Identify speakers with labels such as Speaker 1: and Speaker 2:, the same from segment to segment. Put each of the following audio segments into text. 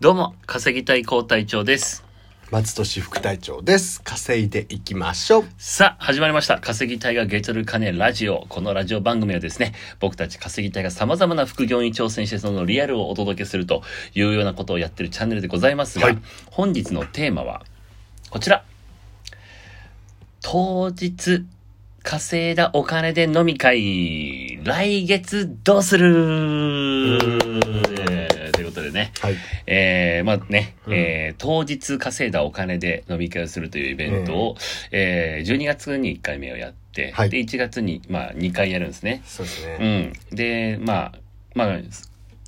Speaker 1: どうも、稼ぎたい高隊長です。
Speaker 2: 松戸市副隊長です。稼いでいきましょう。
Speaker 1: さあ、始まりました。稼ぎたいがゲットる金ラジオ。このラジオ番組はですね、僕たち稼ぎたいが様々な副業に挑戦してそのリアルをお届けするというようなことをやってるチャンネルでございますが、
Speaker 2: はい
Speaker 1: 本日のテーマは、こちら。当日、稼いだお金で飲み会。来月どうするえーということでね、
Speaker 2: はい。
Speaker 1: えー、まあね、
Speaker 2: うん
Speaker 1: えー当日稼いだお金で飲み会をするというイベントを、えー12月に1回目をやって、
Speaker 2: はい
Speaker 1: で、1月に、まあ、2回やるんですね。
Speaker 2: そうです
Speaker 1: う
Speaker 2: ね。
Speaker 1: ん。で、まあ、まあ、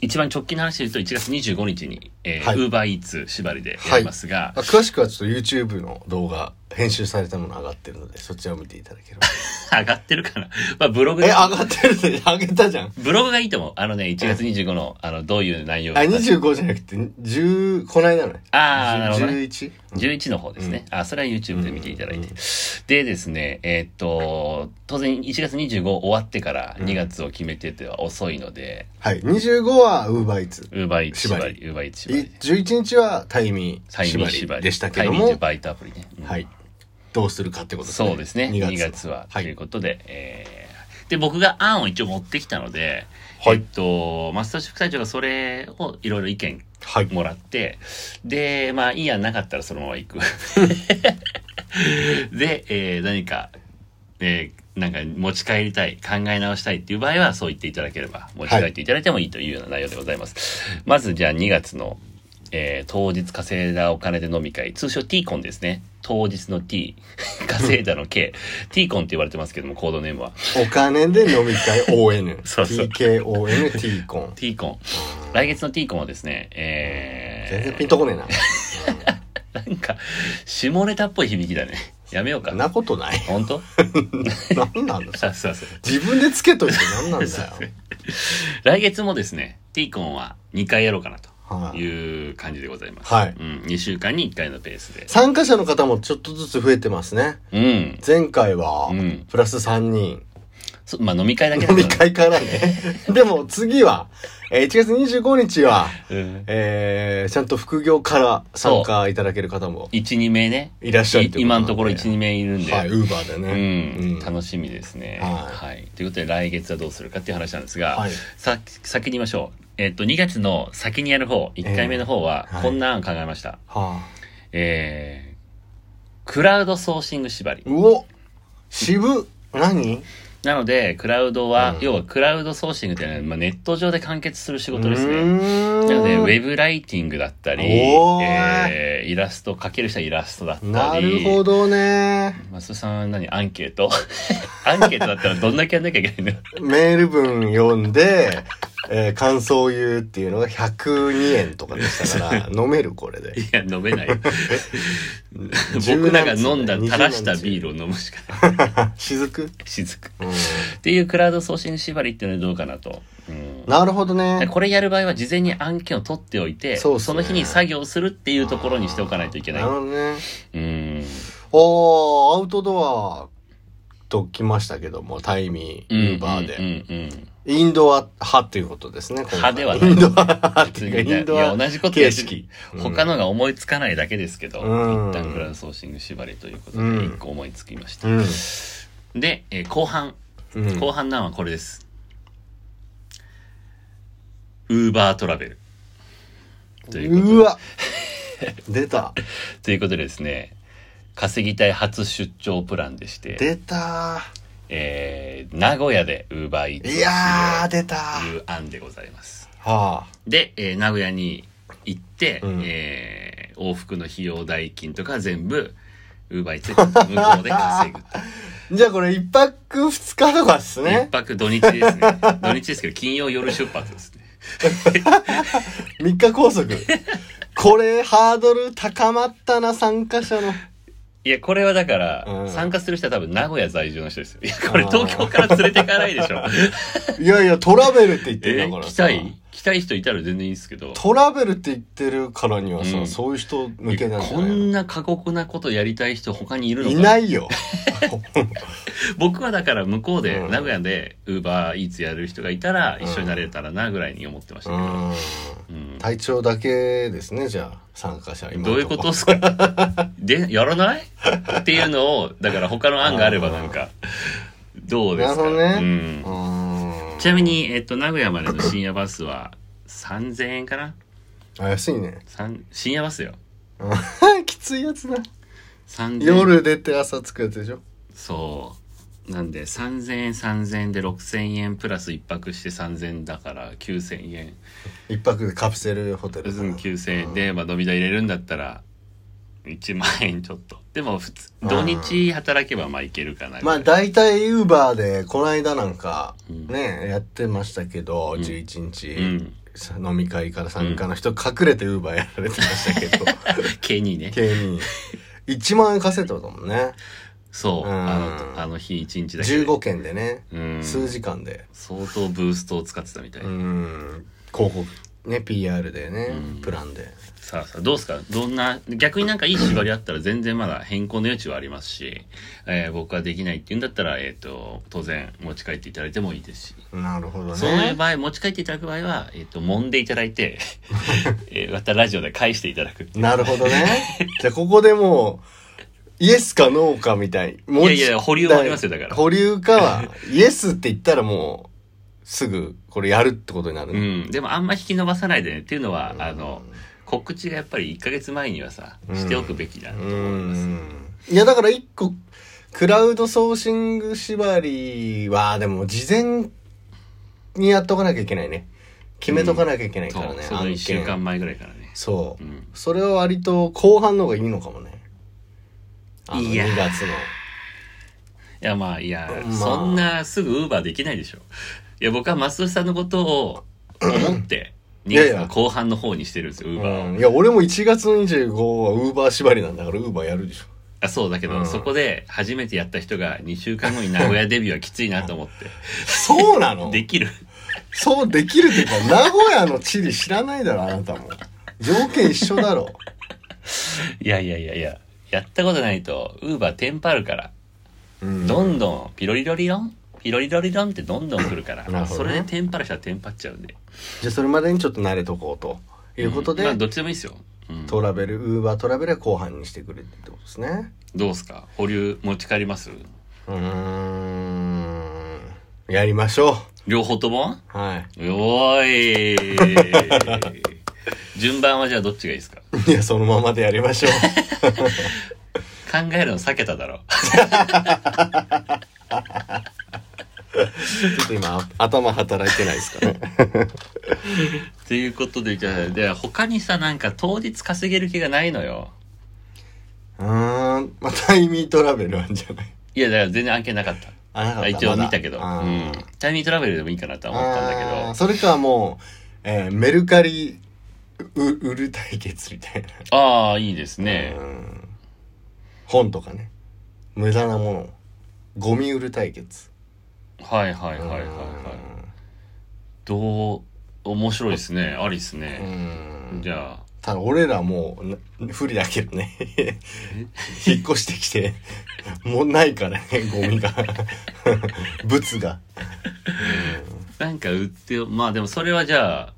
Speaker 1: 一番直近の話で言うと1月25日に、え
Speaker 2: は
Speaker 1: ー、
Speaker 2: い
Speaker 1: ウーバーイーツ縛りでやりますが、
Speaker 2: まあ詳しくはちょっと YouTube の動画、編集されたもの上がってるので、そちらを見ていただければ。
Speaker 1: 上がってるかな。 まあ、ブログ
Speaker 2: え、上がってるで、上げたじゃん。
Speaker 1: ブログがいいと思う。あのね、1月25の、あの、どういう内容
Speaker 2: あ、
Speaker 1: だった
Speaker 2: 25じゃなくて、10、こないだのね。
Speaker 1: あーなるほどね
Speaker 2: 11?
Speaker 1: 11の方ですね。あ、それは YouTube で見ていただいて。でですね、えーっと、当然1月25終わってから2月を決めてては遅いので、
Speaker 2: はい。25は UberEats。
Speaker 1: ウーバーイーツ縛
Speaker 2: 縛り
Speaker 1: り、ウーバーイーツ縛り、
Speaker 2: 11日はタイミ
Speaker 1: タ
Speaker 2: ー
Speaker 1: イミー縛
Speaker 2: 縛
Speaker 1: り
Speaker 2: りでしたけど
Speaker 1: タイミー
Speaker 2: も
Speaker 1: で、バイトアプリね。うん
Speaker 2: はい。どうするかってことですね。
Speaker 1: そうですね。2
Speaker 2: 2
Speaker 1: 月
Speaker 2: 月
Speaker 1: は。と
Speaker 2: は
Speaker 1: いう
Speaker 2: い。
Speaker 1: ことで、えーで、僕が案を一応持ってきたので、
Speaker 2: はい
Speaker 1: えっと、マスターシ副隊長がそれをいろいろ意見
Speaker 2: はい。
Speaker 1: もらって、で、まあ、いいやなかったらそのまま行く。 で、えー何か、えーなんか持ち帰りたい、考え直したいっていう場合は、そう言っていただければ、持ち帰っていただいてもいいというような内容でございます。まず、じゃあ2月の、えー当日稼いだお金で飲み会、通称 T コンですね。当日の T、稼い だの K、T コンって言われてますけども、コードネームは。
Speaker 2: お金で飲み会 ON。
Speaker 1: そうそう
Speaker 2: TKON、T コン。
Speaker 1: T コン。来月の T コンはですね、えー
Speaker 2: 全然ピンとこねえな。
Speaker 1: なんか、下ネタっぽい響きだね。やめようか
Speaker 2: そん。なことない。
Speaker 1: 本当
Speaker 2: なんなんだ
Speaker 1: そうそうそう。
Speaker 2: 自分でつけといてなん なんだよ。
Speaker 1: 来月もですね、ティーコンは2回やろうかな
Speaker 2: は
Speaker 1: と
Speaker 2: い。
Speaker 1: いう感じでございます。
Speaker 2: はい
Speaker 1: うん、2週間に1回のペースで。
Speaker 2: 参加者の方もちょっとずつ増えてますね。
Speaker 1: うん。
Speaker 2: 前回は
Speaker 1: うん、
Speaker 2: プラス3人。
Speaker 1: そまあ飲み会だけだ
Speaker 2: 飲
Speaker 1: け
Speaker 2: み
Speaker 1: どね
Speaker 2: 会か らね。でも次は、えー1月25日は、
Speaker 1: うん。
Speaker 2: えーちゃんと副業から参加いただける方も
Speaker 1: 1、2名ね。
Speaker 2: いらっしゃる
Speaker 1: い今のところ1、2名いるんで。
Speaker 2: 名。はい、ウーバーで
Speaker 1: う
Speaker 2: ね。
Speaker 1: ん、
Speaker 2: し
Speaker 1: 楽しみですね、
Speaker 2: はい
Speaker 1: ということで来月はどうするかっていう話なんですが、
Speaker 2: はい
Speaker 1: さ先に言いましょう、えっと2月の先にやる方1回目の方は
Speaker 2: えーはい
Speaker 1: こんな案考えました、
Speaker 2: は
Speaker 1: えークラウドソーシング縛り
Speaker 2: あ。うお渋何
Speaker 1: なので、クラウドは、
Speaker 2: うん
Speaker 1: 要はクラウドソーシングっていうのは、まあ、ネット上で完結する仕事ですね。
Speaker 2: ね
Speaker 1: なので、ウェブライティングだったり、
Speaker 2: おー
Speaker 1: えーイラスト、描ける人はイラストだったり。
Speaker 2: なるほどね。
Speaker 1: マスさん、何アンケート アンケートだったらどんだけやんなきゃいけないの
Speaker 2: メール文読んで、えー感想を言うっていうのが102円とかでしたから、 飲めるこれで
Speaker 1: い。や、飲め ないよ。僕らが飲んだ、
Speaker 2: 17
Speaker 1: 垂らした
Speaker 2: 20
Speaker 1: ビールを飲むしかない。
Speaker 2: 雫、
Speaker 1: 雫。
Speaker 2: うん、
Speaker 1: っていうクラウドソーシング縛りっていうのはどうかなと。うん
Speaker 2: なるほど
Speaker 1: で
Speaker 2: ね。
Speaker 1: これやる場合は事前に案件を取っておいて
Speaker 2: そうっすね
Speaker 1: の日に作業するっていうところにしておかないといけない
Speaker 2: なるほどね。
Speaker 1: うん
Speaker 2: おー、アウトドアと来ましたけども、タイミー、ウーバーで。
Speaker 1: うんうんうん
Speaker 2: インドア派ということですね。今回
Speaker 1: 派ではない
Speaker 2: インドア派って
Speaker 1: 別
Speaker 2: いう
Speaker 1: に
Speaker 2: か、イ
Speaker 1: ね
Speaker 2: ン
Speaker 1: い
Speaker 2: ド
Speaker 1: や
Speaker 2: ア
Speaker 1: 同じことや
Speaker 2: 形
Speaker 1: し
Speaker 2: 式。うん
Speaker 1: 他のが思いつかないだけですけど、
Speaker 2: うん
Speaker 1: 一旦クラウドソーシング縛りということで
Speaker 2: うん
Speaker 1: 一個思いつきました、
Speaker 2: うん。
Speaker 1: で、えー後半
Speaker 2: うん
Speaker 1: 後半なんはこれですウーバートラベルということ
Speaker 2: うわ 出た。
Speaker 1: ということでですね稼ぎたい初出張プランでして
Speaker 2: 出た
Speaker 1: えー名古屋でウーバーイーツ
Speaker 2: いやー、出た
Speaker 1: という案でございます。
Speaker 2: はあ。
Speaker 1: で、えー名古屋に行って、
Speaker 2: うん
Speaker 1: えー往復の費用代金とか全部、ウーバーイーツで向こうで稼ぐ。
Speaker 2: じゃあこれ一泊二日とかっす
Speaker 1: 一
Speaker 2: ね。
Speaker 1: 泊土日ですね。 土日ですけど、金曜夜出発ですね。
Speaker 2: 三日拘束。 これハードル高まったな、参加者の。
Speaker 1: いや、これはだから、
Speaker 2: うん
Speaker 1: 参加する人は多分名古屋在住の人ですよ。いや、これ
Speaker 2: あー
Speaker 1: 東京から連れてかないでしょ。
Speaker 2: いやいや、トラベルって言って
Speaker 1: え
Speaker 2: んだから
Speaker 1: 来
Speaker 2: さ。
Speaker 1: たい来きたい人いたら全然いいですけど
Speaker 2: トラベルって言ってるからにはさ、
Speaker 1: うん
Speaker 2: そういう人向けなんじゃ
Speaker 1: こ
Speaker 2: ない
Speaker 1: ん
Speaker 2: の
Speaker 1: な過酷なことやりたい人他にいるの
Speaker 2: い
Speaker 1: か
Speaker 2: ないよ。
Speaker 1: 僕はだから向こうで、
Speaker 2: うん
Speaker 1: 名古屋でウーバーイーツやる人がいたら
Speaker 2: うん
Speaker 1: 一緒になれたらなぐらいに思ってました
Speaker 2: う
Speaker 1: けど、う
Speaker 2: ん。
Speaker 1: ん
Speaker 2: 体調だけですね、じゃあ、参加者。今の
Speaker 1: どういうことっす かでやらないっていうのをだから他の案があればなんかどうですか
Speaker 2: なるほどね
Speaker 1: うん
Speaker 2: う、ーん。
Speaker 1: ちなみ。に、えっと、名古屋までの深夜バスは3000円かな
Speaker 2: あ、安いね。
Speaker 1: 三深夜バスよ
Speaker 2: うん きついやつだ。
Speaker 1: 3000
Speaker 2: 夜出て朝着くやつでしょ。
Speaker 1: そうなんで3000円3000円で6000円プラス1泊して3000円だから9000円
Speaker 2: 一泊でカプセルホテルだな。
Speaker 1: 9000円で、まあ、飲み代入れるんだったら1万円ちょっとでも普通土日働けばまあいけるかな
Speaker 2: まあ大体ウーバーでこの間なんか
Speaker 1: うん
Speaker 2: ね、やってましたけど、
Speaker 1: ん
Speaker 2: 11日、
Speaker 1: うん
Speaker 2: さ飲み会から参加の人隠れてウーバーやられてましたけ ど、
Speaker 1: 毛にね
Speaker 2: 経に1万円稼いでたことだもんね
Speaker 1: そう
Speaker 2: うん
Speaker 1: あのあの日1日だけで
Speaker 2: 15件でね、
Speaker 1: うん
Speaker 2: 数時間で
Speaker 1: 相当ブーストを使ってたみたい、
Speaker 2: うん広告ね PR でね、
Speaker 1: うん
Speaker 2: プランで
Speaker 1: さあさあどうですかどんな逆になんかいい縛りあったら全然まだ変更の余地はありますし、えー僕はできないっていうんだったら、えー、と当然持ち帰っていただいてもいいですし
Speaker 2: なるほど
Speaker 1: そういう
Speaker 2: ね
Speaker 1: 場合持ち帰っていただく場合は、えー、と揉んでいただい て、えーまたラジオで返していただくっていう
Speaker 2: なるほどねじゃあここでもうイエスかノーかみたいもう
Speaker 1: いやいや保留はありますよだから
Speaker 2: 保留かはイエスって言ったらもうすぐこれやるってことになる、
Speaker 1: うん、でもあんま引き伸ばさないでねっていうのは、
Speaker 2: うん
Speaker 1: あの告知がやっぱり1ヶ月前にはさ
Speaker 2: うん
Speaker 1: しておくべきだ
Speaker 2: う
Speaker 1: と思います、
Speaker 2: んいやだから一個クラウドソーシング縛りはでも事前にやっとかなきゃいけないね決めとかなきゃいけない
Speaker 1: そ
Speaker 2: から
Speaker 1: う
Speaker 2: ね、
Speaker 1: その1週間前ぐらいからね、
Speaker 2: そう
Speaker 1: う、ん、
Speaker 2: それは割と後半の方がいいのかもねあの
Speaker 1: いやー
Speaker 2: 2月の
Speaker 1: いやまあいや、
Speaker 2: まあ
Speaker 1: そんなすぐウーバーできないでしょいや僕は松尾さんのことを思って2
Speaker 2: いやい
Speaker 1: 月
Speaker 2: や
Speaker 1: の後半の方にしてるんですよウーバーを、
Speaker 2: うんいや俺も1月25はウーバー縛りなんだからウーバーやるでしょ
Speaker 1: あそうだけど、
Speaker 2: うん
Speaker 1: そこで初めてやった人が2週間後に名古屋デビューはきついなと思って
Speaker 2: そうなの
Speaker 1: できる
Speaker 2: そうできるっていうか名古屋の地理知らないだろあなたも条件一緒だろ
Speaker 1: いやいやいやいややったことないとウーバーテンパるから
Speaker 2: うん
Speaker 1: どんどんピロリロリロンピロリロリロンってどんどん来るから
Speaker 2: なるほ
Speaker 1: そ
Speaker 2: どね
Speaker 1: れでテンパる人はテンパっちゃうんで
Speaker 2: じゃあそれまでにちょっと慣れとこうということで、
Speaker 1: まあ、どっちでもいいですよ、うん
Speaker 2: トラベルウーバートラベルは後半にしてくれってことですね
Speaker 1: どうっすか保留持ち帰ります
Speaker 2: うーんやりましょ
Speaker 1: 両方とも
Speaker 2: うは
Speaker 1: おー い順番はじゃあどっちがいいですか
Speaker 2: いいやそのままでやりま しょう
Speaker 1: 考えるの避けただろ
Speaker 2: ちょっと今頭働いてないですかね
Speaker 1: ということでじゃあじゃあ他にさなんか当日稼げる気がないのよ
Speaker 2: うーんまあタイミートラベルあんじゃない
Speaker 1: いやだから全然案件なかった
Speaker 2: あなかった
Speaker 1: 一応見たけど、
Speaker 2: まだ
Speaker 1: うん、タイミングトラベルでもいいかなとは思ったんだけ
Speaker 2: あー
Speaker 1: ど
Speaker 2: それかもう、えーメルカリう売る対決みたいな
Speaker 1: ああーいいですね、
Speaker 2: うん本とかね無駄なものゴミ売る対決
Speaker 1: はいはいはいはいはいどう面白いですねありです
Speaker 2: う
Speaker 1: ね、
Speaker 2: ん
Speaker 1: じゃあ
Speaker 2: ただ俺らもうな不利だけどね引っ越してきてもうないからねゴミ が物が
Speaker 1: なんか売ってよまあでもそれはじゃあ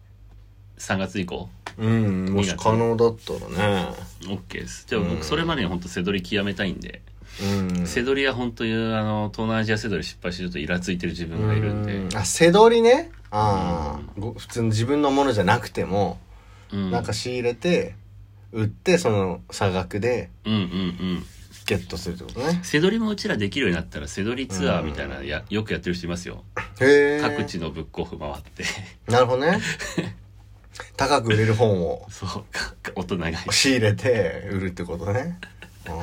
Speaker 1: 3月以降
Speaker 2: うんもし可能だったらね
Speaker 1: OK ですじゃあ
Speaker 2: うん
Speaker 1: 僕それまでに本当せどり極めたいんで、
Speaker 2: うん
Speaker 1: せどりは本当にあの東南アジアせどり失敗してちょっとイラついてる自分がいるんで
Speaker 2: うんあ背取りねああ、ご普通の自分のものじゃなくても、
Speaker 1: うん
Speaker 2: なんか仕入れて売ってその差額で
Speaker 1: うんうんうん
Speaker 2: ゲットするってことね
Speaker 1: せどりもうちらできるようになったらせどりツアーみたいなのやよくやってる人いますよ
Speaker 2: へえ
Speaker 1: 各地のブックオフ回って
Speaker 2: なるほど ね高く売れる本を
Speaker 1: そう か大人がい
Speaker 2: 仕入れて売るってことね、うん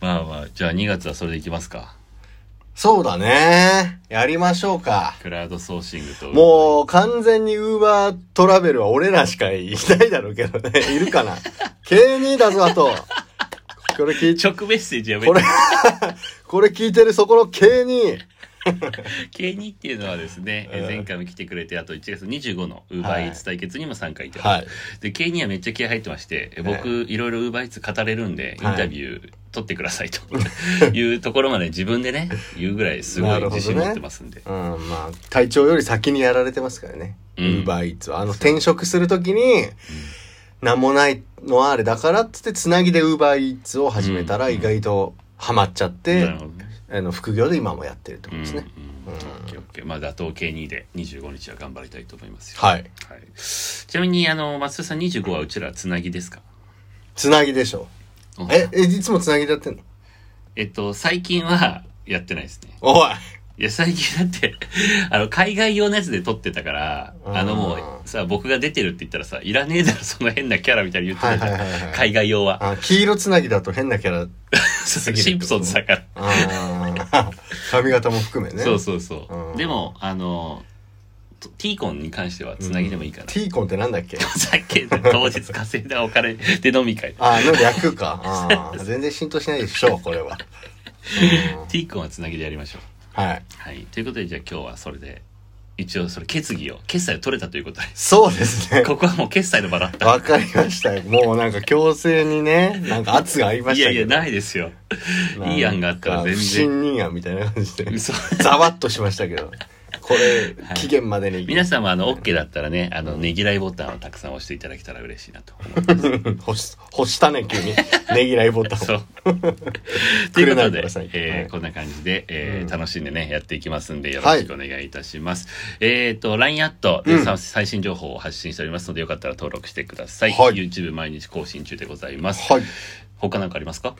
Speaker 1: まあまあじゃあ2月はそれでいきますか
Speaker 2: そうだねやりましょうか
Speaker 1: クラウドソーシングと
Speaker 2: もう完全にウーバートラベルは俺らしかいないだろうけどねいる かな K2 だぞあとこれ聞いちゃ
Speaker 1: 直メッセージやめ
Speaker 2: これ
Speaker 1: て、
Speaker 2: これ聞いてるそこの K に、
Speaker 1: ケニーっていうのはですね、え
Speaker 2: うん
Speaker 1: 前回も来てくれて、あと1月25の UberEats 対決にも参加いただいて、
Speaker 2: はい。
Speaker 1: で、ケニーはめっちゃ気合入ってまして、え僕、いろいろ UberEats 語れるんで、イン
Speaker 2: はい
Speaker 1: タビュー取ってくださいと いうところまで自分でね、言うぐらいすご
Speaker 2: ないるほどね
Speaker 1: 自信持ってますんで。
Speaker 2: うん、まあ、体調より先にやられてますからね。
Speaker 1: う
Speaker 2: ウ
Speaker 1: ん
Speaker 2: ーバーイーツは。あの、転職するときに、なんもないのはあれだからっつって、つなぎでウーバーイーツを始めたら
Speaker 1: うん
Speaker 2: 意外とハマっちゃって、
Speaker 1: なるほどね。
Speaker 2: あの、副業で今もやってるってこ
Speaker 1: うん
Speaker 2: と
Speaker 1: うん
Speaker 2: ですね。うん
Speaker 1: オッケーオッケーまあ、打倒ケニーで25日は頑張りたいと思いますよ。
Speaker 2: はい。
Speaker 1: はい。ちなみに、あの、松田さん25はうちらつなぎですか
Speaker 2: つなぎでしょ。え、え、いつもつなぎでやってんの
Speaker 1: えっと、最近はやってないですね。
Speaker 2: おい
Speaker 1: いや、最近だって、 あの、海外用のやつで撮ってたから、あのも
Speaker 2: あ
Speaker 1: う、さ、僕が出てるって言ったらさ、いらねえだろ、その変なキャラみたいに言って
Speaker 2: は
Speaker 1: た
Speaker 2: い
Speaker 1: じ
Speaker 2: は
Speaker 1: ゃ
Speaker 2: い
Speaker 1: ん。
Speaker 2: はいはい。
Speaker 1: 海外用は。
Speaker 2: あ黄色つなぎだと変なキャラ。
Speaker 1: そうシンプソンズだから。
Speaker 2: あ ー髪型も含めね。
Speaker 1: そうそうそうう。
Speaker 2: ん
Speaker 1: でも、あの、と T コンに関してはつなぎでもいいかな。
Speaker 2: ティーコンってなんだっけ
Speaker 1: ふざけん な当日稼いだお金で飲み会。
Speaker 2: ああ、の略か。あー全然浸透しないでしょう、これは。うん
Speaker 1: T コンはつなぎでやりましょう。
Speaker 2: はい。
Speaker 1: はい。ということで、じゃあ今日はそれで、一応それ決議を、決済を取れたという ことで。
Speaker 2: そうですね。
Speaker 1: ここはもう決済の場だった。
Speaker 2: わかりましたよ。もうなんか強制にね、なんか圧がありま
Speaker 1: い
Speaker 2: した
Speaker 1: や
Speaker 2: け
Speaker 1: い
Speaker 2: ど。
Speaker 1: や、ないですよ。
Speaker 2: なんか
Speaker 1: いい案があったら全然
Speaker 2: 不信任案みたいな感じで。
Speaker 1: 嘘。
Speaker 2: ざわっとしましたけど。これ
Speaker 1: は、い
Speaker 2: 期限までに。
Speaker 1: 皆さんもあの、OK だったらね、あの、ねぎらいボタンをたくさん押していただけたら嬉しいなと思います。
Speaker 2: ほし、ほしたね、急に。ねぎらいボタンを。
Speaker 1: そう。 ということ
Speaker 2: くれないでく
Speaker 1: で
Speaker 2: ださい、
Speaker 1: えー
Speaker 2: はい
Speaker 1: こんな感じで、えー
Speaker 2: うん
Speaker 1: 楽しんでね、やっていきますんで、よろしくお願いいたします。えっ、と、LINE アットで、さ
Speaker 2: うん
Speaker 1: 最新情報を発信しておりますので、よかったら登録してください。
Speaker 2: はい
Speaker 1: YouTube 毎日更新中でございます。
Speaker 2: はい。
Speaker 1: 他なんかありますか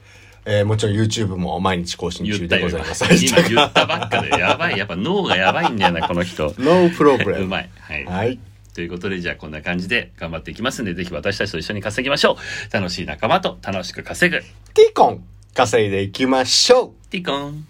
Speaker 2: えーもちろん YouTube も毎日更新
Speaker 1: 言
Speaker 2: 中
Speaker 1: った
Speaker 2: で
Speaker 1: よ。
Speaker 2: ご
Speaker 1: 今
Speaker 2: ざいます。
Speaker 1: 今言ったばっかで、やばい。やっぱ脳がやばいんだよな、この 人。
Speaker 2: No
Speaker 1: う
Speaker 2: problem.
Speaker 1: まい。はい。
Speaker 2: はい。
Speaker 1: ということで、じゃあこんな感じで頑張っていきますんで、ぜひ私たちと一緒に稼ぎましょう。楽しい仲間と楽しく稼ぐ。
Speaker 2: ティコン、稼いでいきましょう
Speaker 1: ティコン。